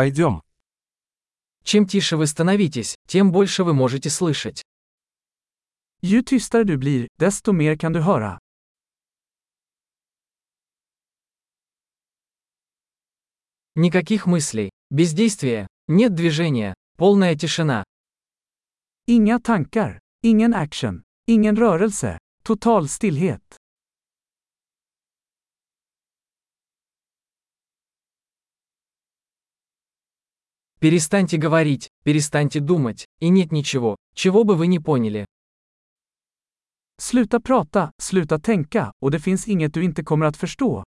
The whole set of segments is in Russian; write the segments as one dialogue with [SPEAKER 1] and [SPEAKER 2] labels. [SPEAKER 1] Пойдем.
[SPEAKER 2] Чем тише вы становитесь, тем больше вы можете слышать.
[SPEAKER 3] Ju tystare du blir, desto mer kan du höra.
[SPEAKER 2] Никаких мыслей, бездействия, нет движения, полная тишина.
[SPEAKER 3] Inga tankar, ingen action, ingen rörelse, total stillhet.
[SPEAKER 2] Перестаньте говорить, перестаньте думать, и нет ничего, чего бы вы не поняли.
[SPEAKER 3] Sluta prata, sluta tänka, och det finns inget du inte kommer att förstå.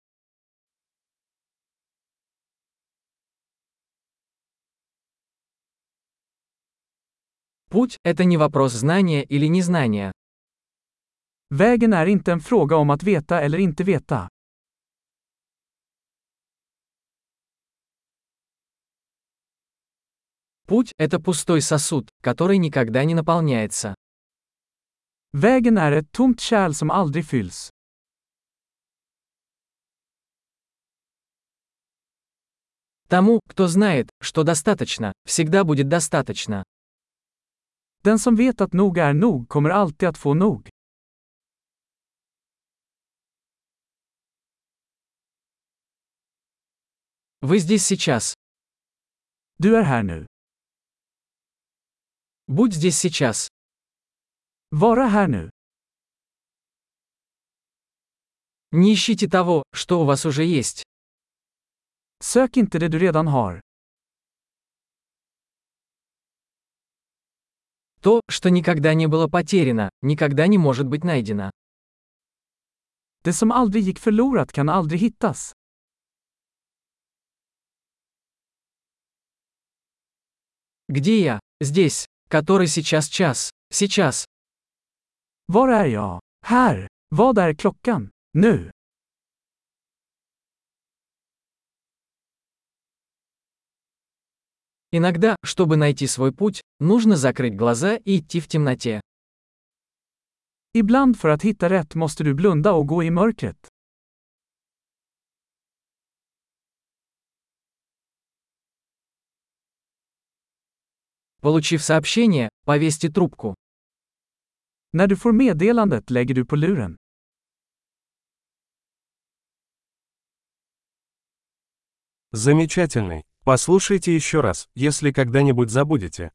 [SPEAKER 2] Путь – это не вопрос знания или незнания.
[SPEAKER 3] Vägen är inte en fråga om att veta eller inte veta.
[SPEAKER 2] Путь – это пустой сосуд, который никогда не наполняется.
[SPEAKER 3] Vägen är ett tomt kärl som aldrig fylls.
[SPEAKER 2] Тому, кто знает, что достаточно, всегда будет достаточно.
[SPEAKER 3] Den som vet att nog är nog kommer alltid att få nog.
[SPEAKER 2] Вы здесь сейчас.
[SPEAKER 3] Du är här nu.
[SPEAKER 2] Будь здесь сейчас.
[SPEAKER 3] Vara här nu.
[SPEAKER 2] Не ищите того, что у вас уже есть.
[SPEAKER 3] Sök inte det du redan har.
[SPEAKER 2] То, что никогда не было потеряно, никогда не может быть найдено.
[SPEAKER 3] Det som aldrig gick förlorat kan aldrig hittas.
[SPEAKER 2] Где я? Здесь. Который сейчас час? Сейчас.
[SPEAKER 3] Var är jag? Här. Vad är klockan? Nu.
[SPEAKER 2] Иногда, чтобы найти свой путь, нужно закрыть глаза и идти в темноте.
[SPEAKER 3] Ibland för att hitta rätt måste du blunda och gå i mörkret.
[SPEAKER 2] Получив сообщение, повесьте трубку.
[SPEAKER 3] När du får meddelandet lägger du på luren.
[SPEAKER 1] Замечательный. Послушайте еще раз, если когда-нибудь забудете.